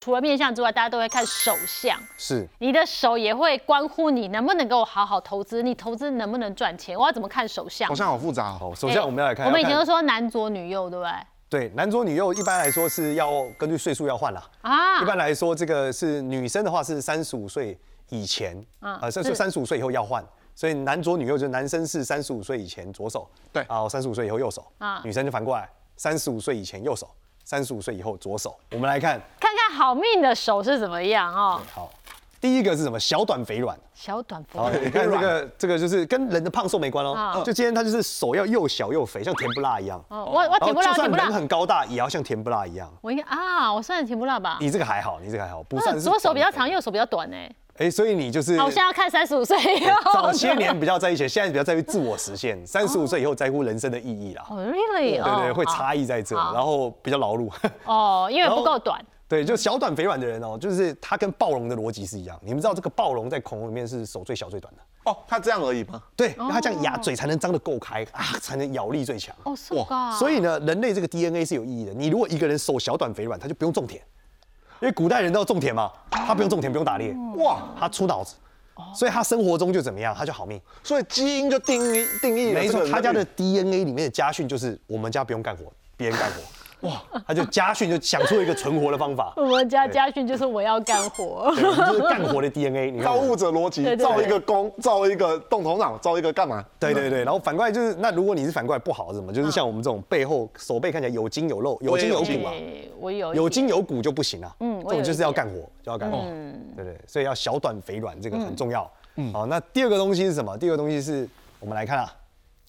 除了面相之外，大家都会看手相。是你的手也会关乎你能不能给我好好投资，你投资能不能赚钱，我要怎么看手相好？像好复杂哦。好，首先我们要来看，哎我们以要前看都说男左女右，对不对？对男左女右，一般来说是要根据岁数要换啦。啊一，般来说，这个是女生的话是三十五岁以前，啊啊，呃，三是三十五岁以后要换。所以男左女右，就是男生是三十五岁以前左手，对啊，三十五岁以后右手，啊女生就反过来，三十五岁以前右手，三十五岁以后左手。我们来看，看看好命的手是怎么样哦，好，第一个是什么？小短肥软。小短肥好，你看这个，这个就是跟人的胖瘦没关啊哦。就今天他就是手要又小又肥，像甜不辣一样。哦，我我然挺不辣，后就挺算不人辣，很高大，也要像甜不辣一样。我应该啊，我算挺不辣吧？你这个还好，你这个还好，不啊算是左手比较短长，右手比较短哎。肥。哎，所以你就是好，我现在要看三十五岁以后。早些年比较在意钱，现在比较在于自我实现。三十五岁以后在乎人生的意义啦。哦，really？哦对对，会好差异在这，好然后比较劳碌。 哦，因为然后不够短。对，就小短肥软的人哦，就是他跟暴龙的逻辑是一样。你们知道这个暴龙在恐龙里面是手最小最短的，哦，他这样而已吗？对，它这样牙嘴才能张得够开啊，才能咬力最强。哦，是吧？，所以呢，人类这个 DNA 是有意义的。你如果一个人手小短肥软，他就不用种田，因为古代人都要种田嘛，他不用种田，不用打猎，哇，他出脑子，所以他生活中就怎么样，他就好命。所以基因就定义定义了没哦这个错，人他家的命 DNA 里面的家训就是我们家不用干活，别人干活。哇，他就家训就想出一个存活的方法我们家家训就是我要干活。对我们就是干活的 DNA。你看造我们，物者逻对辑，对对造一个弓，造一个动头脑，造一个干嘛？对对对，然后反过来就是，那如果你是反过来不好是什么？就是像我们这种背后手背看起来有筋有肉，有筋有骨啊，哎我有一有点筋有骨就不行啊。嗯嗯，我这有一嗯种就是要点干活，就要干活。对对，所以要小短肥软，这个嗯很重要。好，那第二个东西是什么？第二个东西是我们来看啊，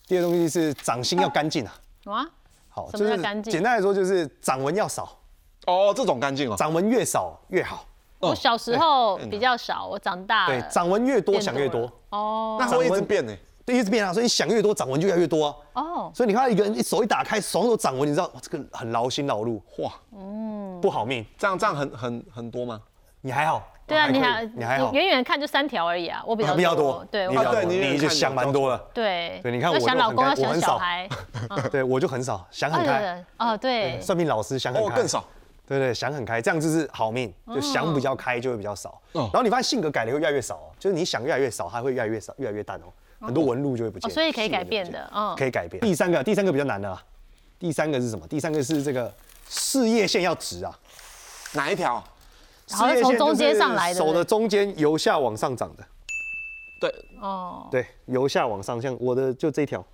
第二个东西是掌心要干净啊。啊，好，什么叫干净简单来说就是掌纹要少，哦，这种干净哦。掌纹越少越好。我小时候哎哎比较少，我长大哦对，了掌纹越多啊变想越多了，哦那会一直变呢。对，一直变啊，所以想越多掌纹就越来越多啊。哦，所以你看到一个人一手一打开，手上有掌纹，你知道哇这个很劳心劳碌，哇，嗯不好命。这样这样很很很多吗？你还好？对啊，还可你以还你还好，远远看就三条而已啊，我比你较比较多，对你我比啊较对多，你你就看想有蛮多多了。对对你看要我想就老很公，开要我想很小少孩，对我就很少想 很哎开，呀，嗯 哦对，算命老师想很哦，开，更少。对对，想很开，这样就是好命，嗯就想比较开就会比较少。嗯然后你发现性格改的会越来越少哦，就是你想越来越少，它会越来越少，越来越淡哦，很多纹路就会不哦见，所以可以细纹改就不变见的，嗯，可以改变。第三个，第三个比较难的啊，第三个是什么？第三个是这个事业线要直啊，哪一条？事好像业从线中间就是上来的手的中间由下往上长的，对，哦，对，由下往上，像我的就这条，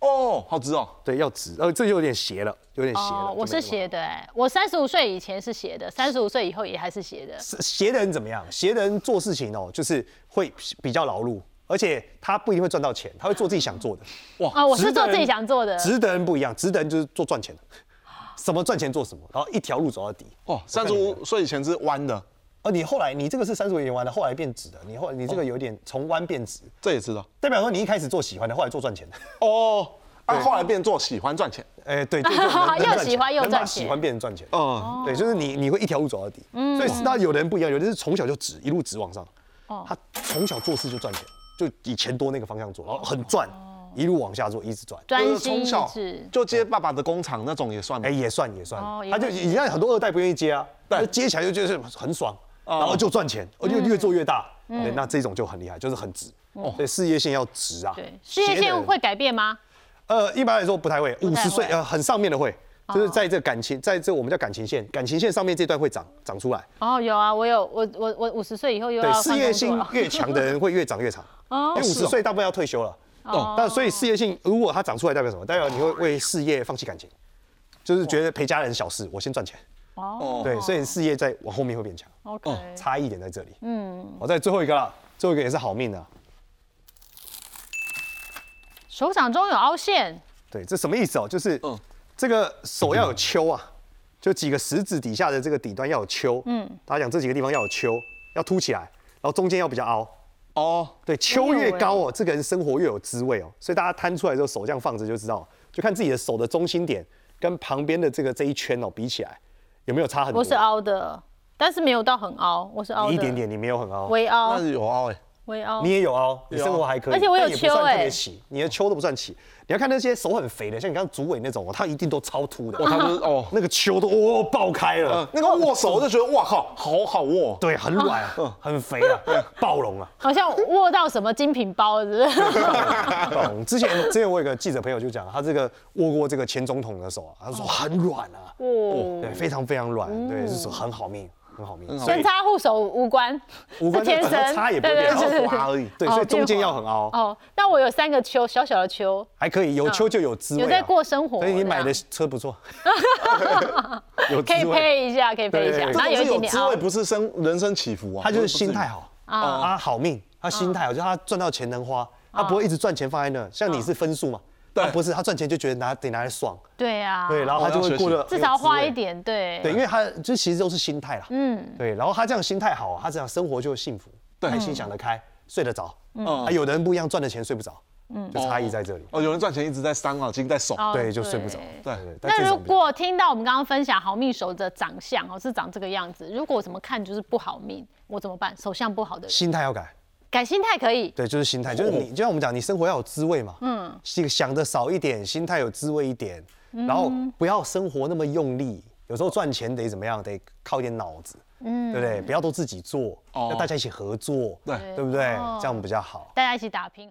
哦，好直哦。对，要直，呃，这就有点斜了，有啊点斜了哦，。我这是没斜的哎，我三十五岁以前是斜的，三十五岁以后也还是斜的，是斜的人怎么样？斜的人做事情哦，就是会比较劳碌，而且他不一定会赚到钱，他会做自己想做的。哇哦，我是直的做自己人想做的，直的人不一样，直的人就是做赚钱的，什么赚钱做什么，然后一条路走到底。哦，三十五岁以前是弯的，而你后来你这个是三十五元弯的，后来变直的，你后来你这个有点从弯变直，这也知道。代表说你一开始做喜欢的，后来做赚钱的。 哦，啊，后来变做喜欢赚钱。哎，对，就就能能又赚钱喜欢又能把赚钱喜欢变成赚钱。哦，对，就是你你会一条路走到底。嗯所以那有的人不一样，有的人是从小就直一路直往上，哦他从小做事就赚钱，就以钱多那个方向做，然后很赚，哦一路往下做，一直赚。专就是心从一小致，就接爸爸的工厂那种也算吗哎，？也算也算哦，也他就会你看很多二代不愿意接啊，但接起来就觉得很爽，然后就赚钱，而且嗯越做越大。对，那这种就很厉害，就是很直。对，事业线要直啊。哦对，事业斜的线人会改变吗？呃，一般来说不太会，太五会哦十岁呃很上面的会，就是在这感情，在这我们叫感情线，感情线上面这段会长长出来。哦，有啊，我有，我我我五十岁以后又对要，事换业工作心了越强的人会越长越长，因为五是十哦岁大部分要退休了。哦但所以事业性如果它长出来代表什么？代表你会为事业放弃感情，就是觉得陪家人小事，我先赚钱。哦哦，对，所以事业在往后面会变强， ，OK，差异点在这里。嗯，好，在最后一个了，最后一个也是好命的啊。手掌中有凹陷，对，这什么意思哦？就是嗯这个手要有丘啊，就几个食指底下的这个底端要有丘。嗯，大家讲这几个地方要有丘，要凸起来，然后中间要比较凹。哦，对，丘欸越高哦，这个人生活越有滋味哦。所以大家摊出来之后，手这样放着就知道，哦就看自己的手的中心点跟旁边的这个这一圈哦比起来，有没有差很多？我是凹的，但是没有到很凹，我是凹的，你一点点，你没有很凹。微凹那，有凹哎，围凹你。也有哦，你有啊生活还可以，而且我有但也不算秋欸特别起，你的秋都不算起。你要看那些手很肥的，像你刚刚竹尾那种哦，他一定都超凸的， 哦，他就是哦，那个秋都哦爆开了呃，，那个握手我就觉得哇靠，好好握，对，很软，嗯很肥啊，暴龙 啊，好像握到什么精品包，是不是？暴龙。之前之前我有个记者朋友就讲，他这个握过这个前总统的手啊，他说很软啊， 哦，对，非常非常软，对，就是很好命，很好命，很好所跟以擦护手无关，无关是天怎么生，擦也不会对变对好对滑而已对，哦所以中间变要滑很凹，哦，那我有三个秋，小小的秋，还可以有秋就有滋味嗯啊，有在过生活所以你买这的样车不 错，有滋可以味，配一下，可以配一下，然对这后种有是一点有点啊滋凹味，。不是生人生起伏啊，他就是心态好啊啊，他好命，他心哦态好，就是他赚到钱能花，他不会一直赚钱放在那，像你是分数嘛，对他不是他赚钱就觉得拿得拿来爽，对啊，对，然后他就会过得至少有滋味花一。点，对，对，因为他就其实都是心态啦，嗯，对，然后他这样心态好，他这样生活就幸福，对开心想得开，睡得着，嗯啊，有的人不一样，赚的钱睡不着，嗯，就差异在这里，哦，有人赚钱一直在伤脑筋在手，哦对，就睡不着，对对，但这那如种比较果听到我们刚刚分享好命手的长相哦，是长这个样子，如果我怎么看就是不好命，我怎么办？手相不好的人心态要改，改心态可以，对，就是心哦态，就是你，就像我们讲，你生活要有滋味嘛，嗯，想想的少一点，心态有滋味一点，然后不要生活那么用力，有时候赚钱得怎么样，得靠一点脑子，嗯，对不对？不要都自己做，哦要大家一起合作，对对不对？这样比较好。大家一起打拼。